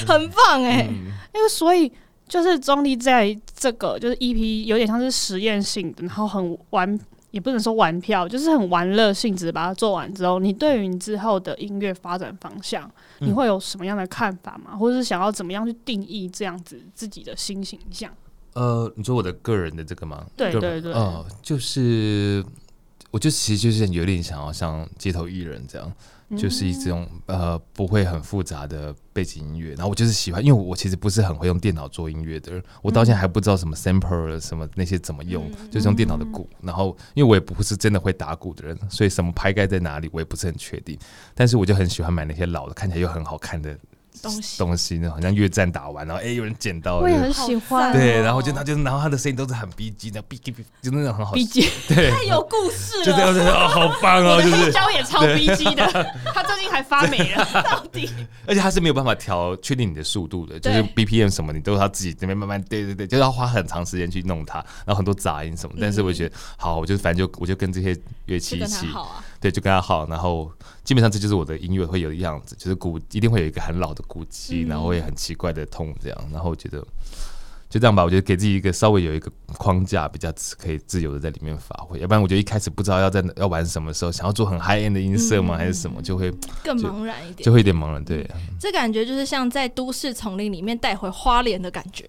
S2: 很棒哎、
S3: 因为所以 E 就是中立在这个就是 EP 有点像是实验性的，然后很完也不能说玩票，就是很玩乐性质把它做完之后，你对于你之后的音乐发展方向，
S1: 嗯
S3: 你会有什么样的看法吗？或者是想要怎么样去定义这样子自己的新形象？
S1: 呃，你说我的个人的这个吗？
S3: 对
S1: 个
S3: 对
S1: 人
S3: 对
S1: 哦、就是我就其实就是有点想要像街头艺人这样，
S3: 嗯
S1: 就是一种呃不会很复杂的背景音乐。然后我就是喜欢，因为我其实不是很会用电脑做音乐的人，我到现在还不知道什么 sample 什么那些怎么用，
S3: 嗯
S1: 就是用电脑的鼓。然后因为我也不是真的会打鼓的人，所以什么拍盖在哪里我也不是很确定。但是我就很喜欢买那些老的，看起来又很好看的
S2: 东西
S1: 东西，那好像越战打完，然后哎、有人捡到了，
S3: 我也很
S2: 好
S3: 喜
S2: 赞
S3: 欢
S1: 对，
S2: 哦
S1: 然后就他就然后他的声音都是很逼急的，逼逼逼，就那种很好，
S3: ，B G
S1: 对，
S2: 太有故事
S1: 就这
S2: 了，
S1: 样子哦，好棒
S3: 我
S1: 哦，
S3: 的
S1: 就
S3: 黑
S1: 是，
S3: 胶也超 B G 的，他最近还发霉 了，
S2: 到底
S1: 而且他是没有办法调确定你的速度的，就
S2: 对
S1: 是 BPM 什么，你都是他自己这边慢慢，对对对，就是要花很长时间去弄它，然后很多杂音什么，但是我觉得好，我就反正就我就跟这些乐器
S2: 就
S1: 一
S2: 跟他
S1: 起，
S2: 好啊，
S1: 对，就跟他好，然后基本上这就是我的音乐会有的样子，就是鼓一定会有一个很老的鼓机，
S3: 嗯
S1: 然后也很奇怪的痛这样，然后我觉得就这样吧，我觉得给自己一个稍微有一个框架，比较自可以自由的在里面发挥，要不然我觉得一开始不知道要在要玩什么时候，想要做很 high end 的音色吗，还是什么，就会
S2: 更
S1: 就
S2: 茫然一点
S1: 就。会有点茫然，对，
S3: 嗯
S2: 这感觉就是像在都市丛林里面带回花莲的感觉，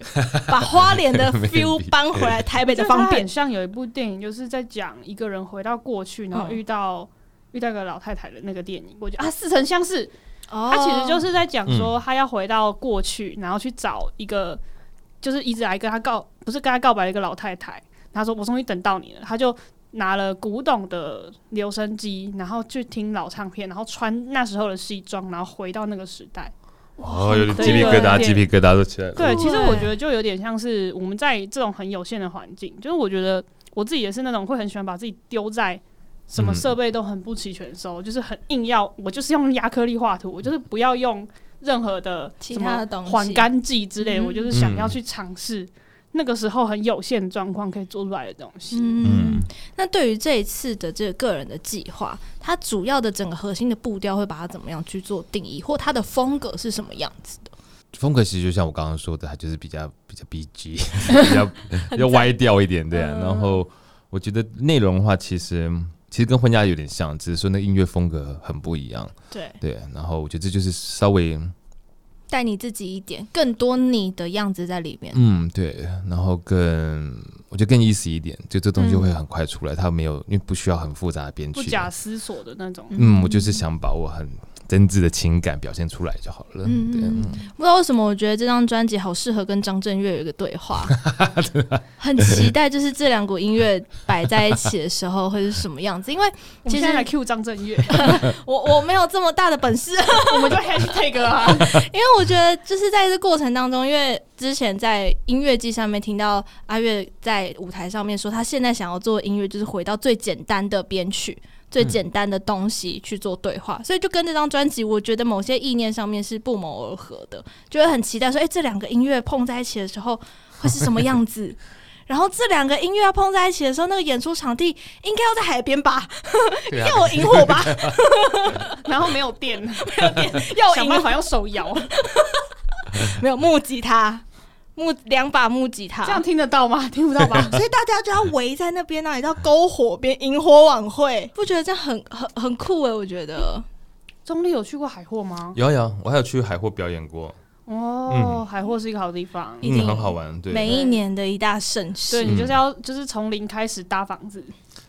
S2: 把花莲的 feel 搬回来台北的方便
S3: 很。像有一部电影，就是在讲一个人回到过去，然后
S2: 嗯
S3: 遇到、遇到一个老太太的那个电影，我觉得啊，似曾相识。
S2: 哦
S3: 他其实就是在讲说，他要回到过去，然后去找一个，就是一直来跟他告，不是跟他告白的一个老太太。他说：“我终于等到你了。”他就拿了古董的留声机，然后去听老唱片，然后穿那时候的西装，然后回到那个时代。
S1: 哦，有点
S3: 对
S1: 鸡皮疙瘩，
S3: 对
S1: 鸡皮疙瘩都起来了。
S3: 对，
S2: 酷
S3: 其实
S2: 欸
S3: 我觉得就有点像是我们在这种很有限的环境，就是我觉得我自己也是那种会很喜欢把自己丢在什么
S1: 嗯
S3: 设备都很不齐全的时候，就是很硬要我就是用亚克力画图，我就是不要用任何的
S2: 其
S3: 什
S2: 他的
S3: 么
S2: 东西
S3: 缓干剂之类的，
S2: 嗯
S3: 我就是想要去尝试那个时候很有限的状况可以做出来的东西。
S2: 嗯
S1: 嗯，
S2: 那对于这一次的这个个人的计划，它主要的整个核心的步调会把它怎么样去做定义，或它的风格是什么样子的？
S1: 风格其实就像我刚刚说的，它就是比较比较 B G，比较比较歪掉一点，对、啊。然后我觉得内容的话，其实其实跟婚家有点像，只是说那音乐风格很不一样，
S3: 对，
S1: 对。然后我觉得这就是稍微
S2: 带你自己一点，更多你的样子在里面。
S1: 嗯对，然后更我觉得更 easy 一点，就这东西会很快出来，它没有因为不需要很复杂的编
S3: 不
S1: 曲，
S3: 假思索的那种。
S1: 嗯，我就是想把我很真挚的情感表现出来就好了，
S2: 嗯
S1: 对。
S2: 嗯不知道为什么，我觉得这张专辑好适合跟张震岳有一个 对啊话，很期待就是这两股音乐摆在一起的时候会是什么样子。因为
S3: 我们
S2: 其
S3: 现在
S2: 实
S3: 来 Q 张震岳，
S2: 我我没有这么大的本事，
S3: 我们就 hashtag 啊，
S2: 因为我觉得就是在这过程当中，因为之前在音乐季上面听到阿月在舞台上面说，他现在想要做的音乐就是回到最简单的编曲、
S3: 嗯
S2: 最简单的东西去做对话，所以就跟这张专辑，我觉得某些意念上面是不谋而合的，就会很期待说，哎、这两个音乐碰在一起的时候会是什么样 子？然后这两个音乐要碰在一起的时候，那个演出场地应该要在海边 吧？
S1: 对啊
S2: 要我引火吧？
S3: 然后没有电，
S2: 要我
S3: 想
S2: 引
S3: 办
S2: 火
S3: 法用手摇，
S2: 没有木吉他，木两把木吉他，
S3: 这样听得到吗？听不到 吧？
S2: 所以大家就要围在那边那里叫篝火边萤火晚会，不觉得这样很很很酷哎、我觉得
S3: 中立有去过海货吗？
S1: 有啊有啊，我还有去海货表演过，
S3: 哦，海货是一个好地方。
S2: 一定
S1: 嗯，很好玩，对。
S2: 每一年的一大盛事。
S3: 对你就是要就是从零开始搭房子，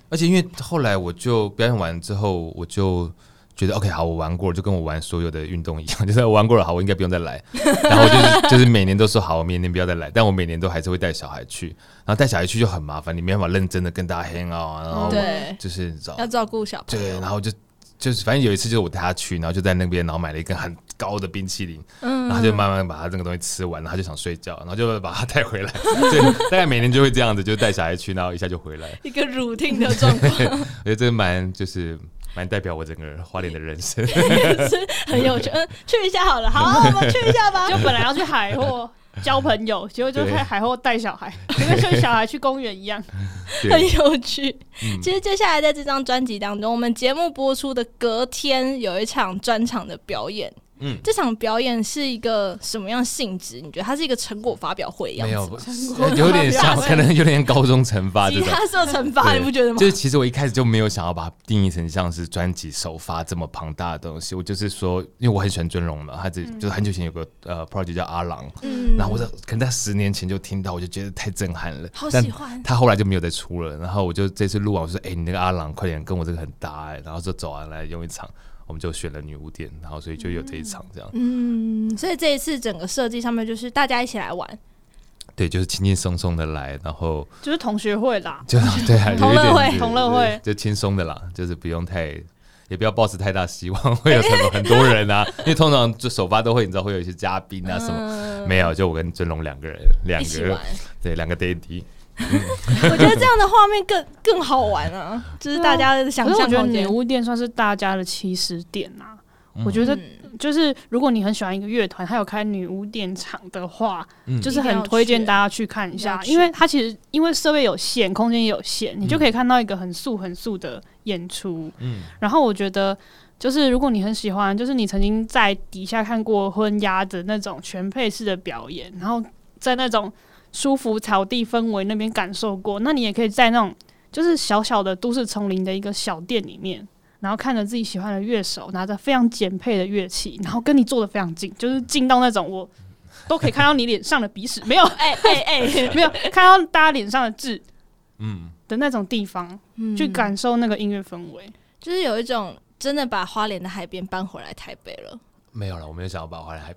S1: 而且因为后来我就表演完之后，我就觉得 OK，好，我玩过了，就跟我玩所有的运动一样，就是我玩过了，好，我应该不用再来。 然后我就是就是每年都说好，我明年不要再来，但我每年都还是会带小孩去，然后带小孩去就很麻烦，你没办法认真的跟大家 hang out 啊，然后
S2: 对，
S1: 就是你知道
S2: 要照顾小朋
S1: 对，
S2: 友
S1: 然。后就就是反正有一次就是我带他去，然后就在那边，然后买了一根很高的冰淇淋，
S2: 嗯
S1: 然后他就慢慢把他这个东西吃完，然后他就想睡觉，然后就把他带回来。 对，大概每年就会这样子，就带小孩去，然后一下就回来。
S2: 一个 routine 的状况
S1: 我觉得这蛮就是蛮代表我整个花莲的人 生。
S2: 是 很有趣，嗯，去一下好了，好啊，我们去一下吧。
S3: 就本来要去海货 交朋友，结果就
S1: 对
S3: 在海货带小孩，就跟像小孩去公园一 样。
S1: 对，嗯
S2: 很有趣。其实接下来在这张专辑当中，我们节目播出的隔天有一场专场的表演，嗯，这场表演是一个什么样性质？你觉得它是一个成果发表会一样
S1: 没
S2: 子
S1: 有呃
S2: 吗？，
S1: 有点像，可能有点高中惩罚这
S2: 吉
S1: 种。
S2: 他社惩罚，
S1: 对
S2: 你不觉得吗
S1: 就？是其实我一开始就没有想要把它定义成像是专辑首发这么庞大的东西，我就是说，因为我很喜欢尊荣嘛，他只、就是很久以前有个呃 project 叫阿郎，
S2: 嗯
S1: 然后我在可能在十年前就听到，我就觉得太震撼了，
S2: 好
S1: 但
S2: 喜欢
S1: 他后来就没有再出了，然后我就这次录完，我说：“哎、你那个阿郎，快点跟我这个很搭、欸。”然后就走完来用一场，我们就选了女巫店，然后所以就有这一场这样。
S2: 嗯，所以这一次整个设计上面就是大家一起来玩，
S1: 对，就是轻轻松松的来，然后
S3: 就是同学会啦。
S1: 就 对啊，有一
S2: 同乐
S1: 点
S2: 会
S1: 对
S3: 同乐
S1: 对
S3: 会
S1: 就轻松的啦，就是不用太。也不要抱持太大希望，会有什么很多人 啊？因为通常就首发都会，你知道会有一些嘉宾啊什么，
S2: 嗯
S1: 没有，就我跟尊龙两个人，两
S2: 一起
S1: 个
S2: 玩，
S1: 对两个 daddy，
S2: 我觉得这样的画面更更好玩啊，就是大家的想
S3: 可是我
S2: 象
S3: 觉得
S2: 空
S3: 女
S2: 间。
S3: 巫店算是大家的起始点
S1: 嗯
S3: 啊。我觉得
S2: 嗯
S3: 就是如果你很喜欢一个乐团，它有开女巫店场的话，
S1: 嗯
S3: 就是很推荐大家去看
S2: 一
S3: 一
S2: 定
S3: 下
S2: 要，去
S3: 因为它其实因为设备有限，空间也有限，你就可以看到一个很素很素的演出。
S1: 嗯
S3: 然后我觉得。就是如果你很喜欢，就是你曾经在底下看过昏鸦的那种全配式的表演，然后在那种舒服草地氛围那边感受过，那你也可以在那种就是小小的都市丛林的一个小店里面，然后看着自己喜欢的乐手，拿着非常简配的乐器，然后跟你坐的非常近，就是近到那种我都可以看到你脸上的鼻屎，没有
S2: 哎 哎哎，
S3: 没有看到大家脸上的痣
S1: 嗯，
S3: 的那种地方，
S2: 嗯
S3: 去感受那个音乐氛围。
S2: 就是有一种真的把花莲的海边搬回来台北了。
S1: 没有了，我没有想要把花来海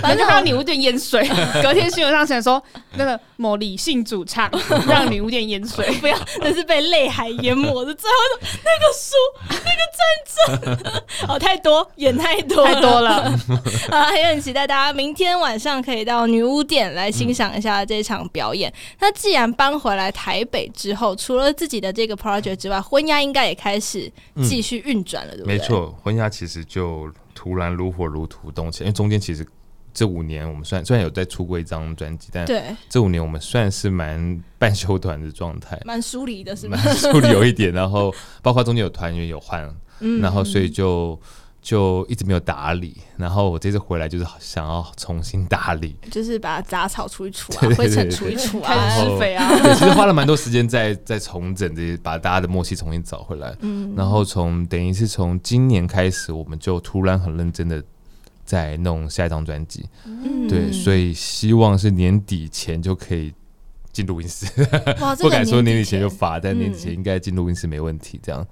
S3: 反正就看到女巫店淹水，隔天新闻上写说那个某李姓主唱让女巫店淹 水，
S2: 不要，那是被泪海淹没的。最后一种那个书，那个战争，哦， 太多，演太多，
S3: 太多了。
S2: 啊，也很期待大家明天晚上可以到女巫店来欣赏一下这场表演。那既然搬回来台北之后，除了自己的这个 project 之外，婚鸦应该也开始继续运转 了，对不对？
S1: 嗯没，错，婚鸦其实就突然如火如荼动起来，因为中间其实这五年我们虽然虽然有在出过一张专辑，但
S2: 对，
S1: 这五年我们算是蛮半休团的状态，
S2: 蛮疏离的，是吧
S1: 蛮？处理有一点，然后包括中间有团员有换，
S2: 嗯
S1: 然后所以就。就一直没有打理，然后我这次回来就是想要重新打 理，
S2: 就是把杂草除一除啊
S1: 对，对
S2: 灰尘
S1: 对
S2: 除一除
S3: 开始
S2: 啊。
S3: 施肥啊！
S1: 对，其实花了蛮多时间在在重整这些，把大家的默契重新找回来。
S2: 嗯
S1: 然后从等于是从今年开始，我们就突然很认真的在弄下一张专辑，
S2: 嗯
S1: 对，所以希望是年底前就可以进录音室，
S2: 哇，这
S1: 不
S2: 个
S1: 敢说年底前
S2: 前
S1: 就发，但年底前
S2: 嗯
S1: 应该进录音室没问题。这样，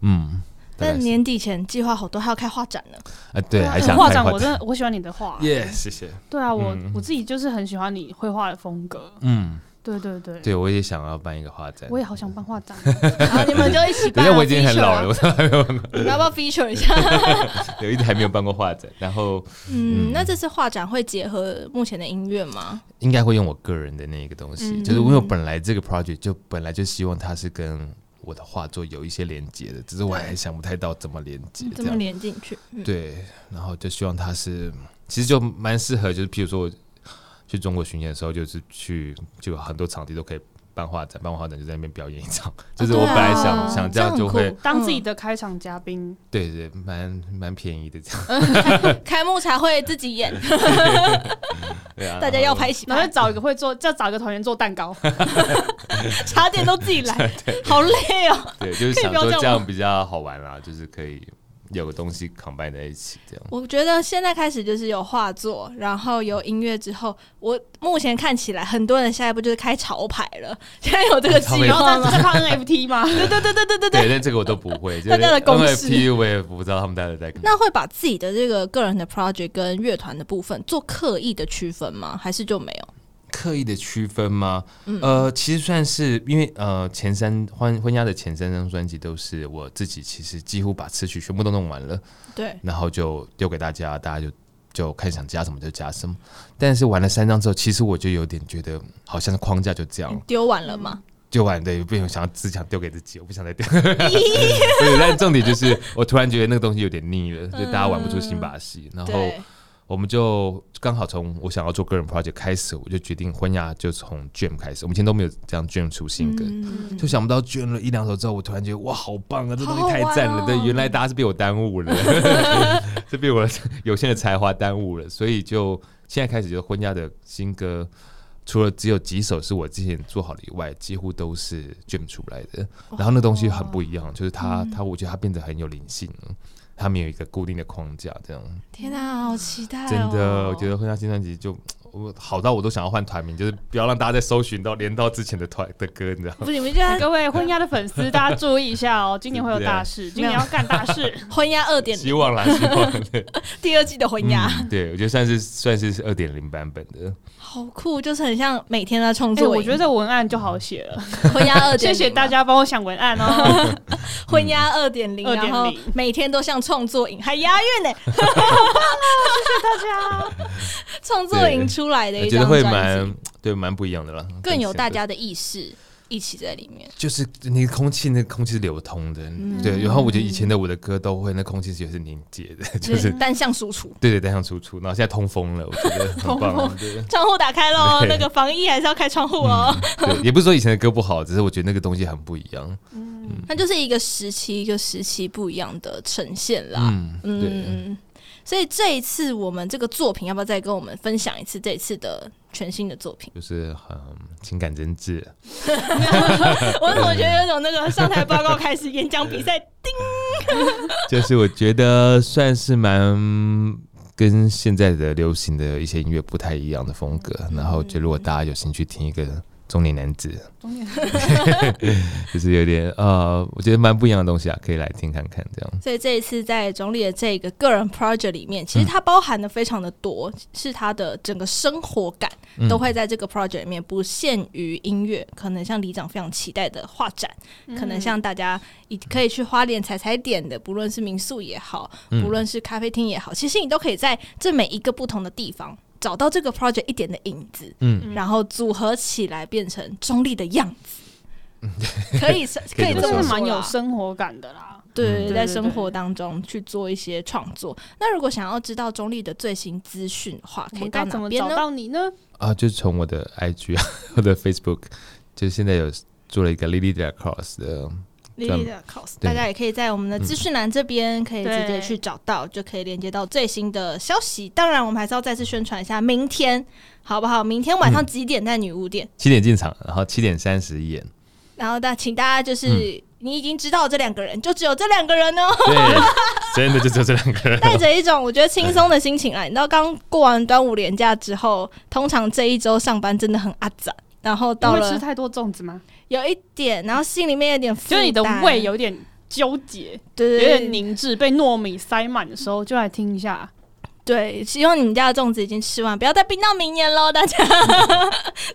S1: 嗯，大概
S2: 但
S1: 是
S2: 年底前计划好多，还要开画展 呢。
S1: 啊，对，还想
S3: 画
S1: 开
S3: 展，
S1: 画
S3: 我真的我喜欢你的画。
S1: 耶谢谢，
S3: 对啊，我
S1: 嗯
S3: 我自己就是很喜欢你绘画的风格。
S1: 嗯，
S3: 对对对，
S1: 对我也想要办一个画展
S3: 我，也好想办画展。
S2: 然后你们就一起
S1: 等
S2: 办
S1: 一下
S2: 啊。
S1: 我已经很
S2: feature
S1: 老
S2: 啊
S1: 了，，我
S2: 你们要不要 feature 一下？
S1: 我一直还没有办过画展，然后
S2: 嗯，那这次画展会结合目前的音乐吗？
S1: 应该会用我个人的那个东西，
S3: 嗯
S1: 就是因为我本来这个 project 就本来就希望它是跟我的画作有一些连接的，只是我还想不太到怎么连接这
S2: 怎么
S1: 样。
S2: 连进去？嗯，
S1: 对，然后就希望它是，其实就蛮适合，就是譬如说我去中国巡演的时候，就是去就有很多场地都可以办画展，办完画展就在那边表演一场，就是我本来想、
S2: 对啊
S1: 想这样就会
S2: 这样很，酷
S3: 当自己的开场嘉宾，
S1: 对对，蛮蛮便宜的 这样，
S2: 开幕才会自己演，
S1: 嗯对啊，
S2: 大家要拍一起
S3: 然后
S2: 拍
S3: 再，找一个会做，再找一个团员做蛋糕。
S2: 茶点都自己来，好累哦。
S1: 对，就是
S2: 可以
S1: 想
S2: 不要
S1: 说
S2: 这样
S1: 这
S2: 吗
S1: 样比较好玩啦， 就是可以有个东西 combine 在一起这样。
S2: 我觉得现在开始就是有画作，然后有音乐之后，我目前看起来很多人下一步就是开潮牌了。 现在有这个计
S1: 对
S3: 然后
S2: 划
S3: 再
S2: 吗？
S3: 再放 NFT 吗？
S2: 对对对对对对
S1: 对，
S2: 对。
S1: 但这个我都不 会。就
S2: 大家的共识
S1: NFT 我也不知道他们大家在干嘛。
S2: 那会把自己的这个个人的 project 跟乐团的部分做刻意的区分吗？还是就没有？
S1: 刻意的区分吗？
S2: 嗯
S1: 呃，其实算是因为呃，前三婚婚鸦的前三张专辑都是我自己，其实几乎把词曲全部都弄完了，
S2: 对，
S1: 然后就丢给大家，大家就就看想加什么就加什么。但是玩了三张之后，其实我就有点觉得好像框架就这样了，
S2: 丢完了吗？
S1: 丢完对，不想要只想丢给自己，我不想再丢。对，但重点就是我突然觉得那个东西有点腻了，就大家玩不出新把戏，然后。
S2: 对，
S1: 我们就刚好从我想要做个人 project 开始，我就决定婚鸦就从 Jam 开始。我们以前都没有这样 Jam 出新歌，
S2: 嗯
S1: 就想不到 Jam 了一两首之后，我突然觉得哇，好棒啊！这东
S2: 好
S1: 西
S2: 好
S1: 太赞了。
S2: 玩哦
S1: 对，原来大家是被我耽误了。这被我的有限的才华耽误了，所以就现在开始就婚亚的新歌，除了只有几首是我之前做好的以外，几乎都是 Jim 出来的。然后那东西很不一样，就是他
S2: 哦
S1: 他我觉得他变得很有灵性了，他没有一个固定的框架，这样
S2: 天哪，好期待、哦！
S1: 真的我觉得婚亚新专辑就。我好到我都想要换团名，就是不要让大家再搜寻到连到之前的团的歌，你知道吗？
S2: 不行，我们现在
S3: 各位婚鸭的粉丝，大家注意一下哦，今年会有大事，今年要干大事。
S2: 婚鸭二点
S1: 希望啦，希望对，
S2: 第二季的婚鸭、
S1: 嗯对我觉得算是算是二点零版本的，
S2: 好酷，就是很像每天在创
S3: 哎、
S2: 作
S3: 我
S2: 营、
S3: 觉得这文案就好写了，
S2: 婚鸭二 点，
S3: 谢谢大，家帮我想文 案哦。
S2: 婚鸭二点零，
S3: 2.0
S2: 然后每天都像创作营，还押韵呢、
S3: 大 家
S2: 创作营出来的
S1: 我
S2: 一
S1: 觉
S2: 张
S1: 得会
S2: 专
S1: 蛮
S2: 辑，
S1: 对蛮不一样的啦，
S2: 更有大
S1: 跟现在
S2: 家的意识一起在里面。
S1: 就是那个空气，那个空气是流通的，
S2: 嗯
S1: 对。然后我觉得以前的我的歌都会，那空气是也是凝结的，就是
S2: 单向输出，
S1: 对对单向输出，然后现在通风了，我觉得很棒。对
S2: 窗户打开喽，
S1: 对嗯
S2: 那个防疫还是要开窗户哦。
S1: 对，也不是说以前的歌不好，只是我觉得那个东西很不一样。
S2: 它就是一个时期一个时期不一样的呈现啦。
S1: 嗯，对，？
S2: 嗯，所以这一次我们这个作品，要不要再跟我们分享一次这一次的全新的作品
S1: 就是嗯，情感真挚。
S2: 我怎么觉得有种那个上台报告开始演讲比赛？
S1: 就是我觉得算是蛮跟现在的流行的一些音乐不太一样的风格。然后就如果大家有兴趣听一个中年男子， 就是有点呃，我觉得蛮不一样的东西啊，可以来听看看这样。
S2: 所以这一次在总理的这个个人 project 里面，其实它包含的非常的多，是他的整个生活感都会在这个 project 里面，不限于音乐，可能像李长非常期待的画展，
S3: 嗯
S2: 可能像大家也可以去花莲踩踩点的，不论是民宿也好，不论是咖啡厅也好，其实你都可以在这每一个不同的地方。找到这个 project 一点的影子，
S1: 嗯
S2: 然后组合起来变成中立的样子，可以是嗯可
S1: 可
S2: 以
S1: 以这
S2: 这
S3: 哎真
S2: 么
S3: 的
S1: 么
S2: 说
S3: 蛮有
S2: 啦
S3: 生活感的啦。
S2: 对，
S3: 嗯
S2: 在
S3: 对对
S2: 生
S3: 对
S2: 活当中去做一些创作。那如果想要知道中立的最新资讯的话，
S3: 我
S2: 可以
S3: 们
S2: 到
S3: 该怎
S2: 哪
S3: 么
S2: 边
S3: 找
S2: 呢？
S3: 到你呢？
S1: 啊，就是从我的 IG 啊， 我的 Facebook，就是现在有做了一个 Lily d e Cross 的，
S2: 丽
S1: 咱
S2: 丽
S1: 们
S2: 的 cos，
S1: 对
S2: 大家也可以在我们的资讯栏这边可以直接
S3: 对
S2: 去找到，就可以连接到最新的消息。当然，我们还是要再次宣传一下，明天好不好？明天晚上几点在女巫店？
S1: 七点进场，然后七点三十演。
S2: 然后大请大家
S3: 嗯
S2: 就是。你已经知道这两个人，就只有这两个人哦，
S1: 对，真的就只有这两个人。
S2: 带着一种我觉得轻松的心情啊来。你知道，刚过完端午连假之后，通常这一周上班真的很阿杂，然后
S3: 你
S2: 到
S3: 会
S2: 了
S3: 吃太多粽子吗？
S2: 有一点，然后心里面有点负
S3: 就
S2: 担，
S3: 是你的胃有点纠结，
S2: 对
S3: 有
S2: 对
S3: 点
S2: 对
S3: 凝滞，被糯米塞满的时候，就来听一下。
S2: 对，希望你们家的粽子已经吃完，不要再冰到明年喽，大家。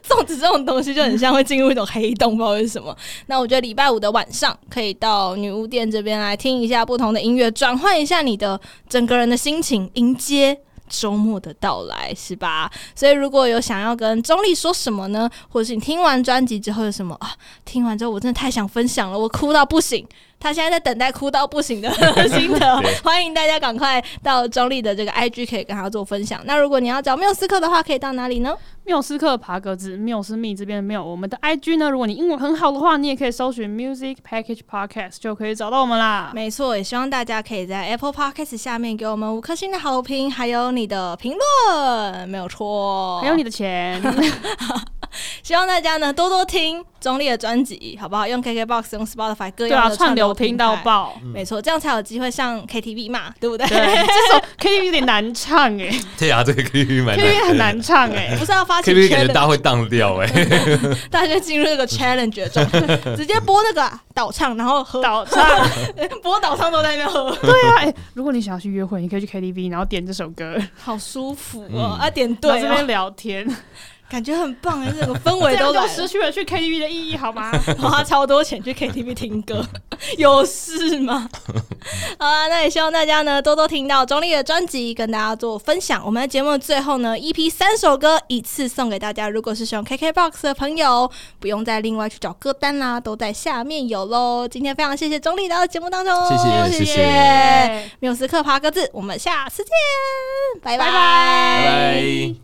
S2: 粽子这种东西就很像会进入一种黑洞，不知道为什么。那我觉得礼拜五的晚上可以到女巫店这边来听一下不同的音乐，转换一下你的整个人的心情，迎接。周末的到来是吧？所以如果有想要跟钟丽说什么呢，或者是你听完专辑之后有什么啊？听完之后我真的太想分享了，我哭到不行。他现在在等待哭到不行的 心得，欢迎大家赶快到钟丽的这个 IG 可以跟他做分享。那如果你要找缪斯克的话，可以到哪里呢？
S3: 缪斯克爬格子，缪斯密这边没有我们的 IG 呢。如果你英文很好的话，你也可以搜寻 Music Package Podcast 就可以找到我们啦。
S2: 没错，也希望大家可以在 Apple Podcast 下面给我们五颗星的好评，还有你的评论，没有错。
S3: 还有你的钱，
S2: 希望大家呢多多听中立的专辑，好不好？用 KKBox、用 Spotify 各
S3: 对
S2: 样
S3: 啊，
S2: 的
S3: 串
S2: 平
S3: 流听到
S2: 台，
S3: 爆。
S2: 没错，这样才有机会上 KTV 嘛，对不对？
S3: 对，这首 KTV 有点难唱哎、
S1: 对啊，这个 KTV 蛮
S3: KTV 很难唱哎、
S2: 不是要发起
S1: KTV 感觉
S2: challenge，
S1: 大家会荡掉哎、
S2: 大家就进入这个 challenge 的状态，直接播那个啊倒唱，然后喝
S3: 倒唱。
S2: 播倒唱都在那边喝，
S3: 对啊，哎、如果你想要去约会，你可以去 KTV，然后点这首歌，
S2: 好舒服
S1: 嗯
S2: 哦！啊，点
S3: 然后
S2: 对
S3: 这边
S2: 哦，
S3: 聊天，
S2: 感觉很棒，整个氛围
S3: 这
S2: 都
S3: 样
S2: 来
S3: 就
S2: 了
S3: 失。去了去 KTV 的意义好吗？
S2: 花超多钱去 KTV 听歌， 有事 吗？好啊，那也希望大家呢多多听到中立的专辑，跟大家做分享。我们的节目的最后呢，EP 三首歌一次送给大家。如果是使用 KKBOX 的朋友，不用再另外去找歌单啦，都在下面有喽。今天非常谢谢中立来到节目当中，
S1: 谢谢谢
S2: 谢
S1: 谢
S2: 谢缪斯克爬格子，我们下次见，拜
S3: 拜
S1: 拜
S3: 拜
S1: 拜。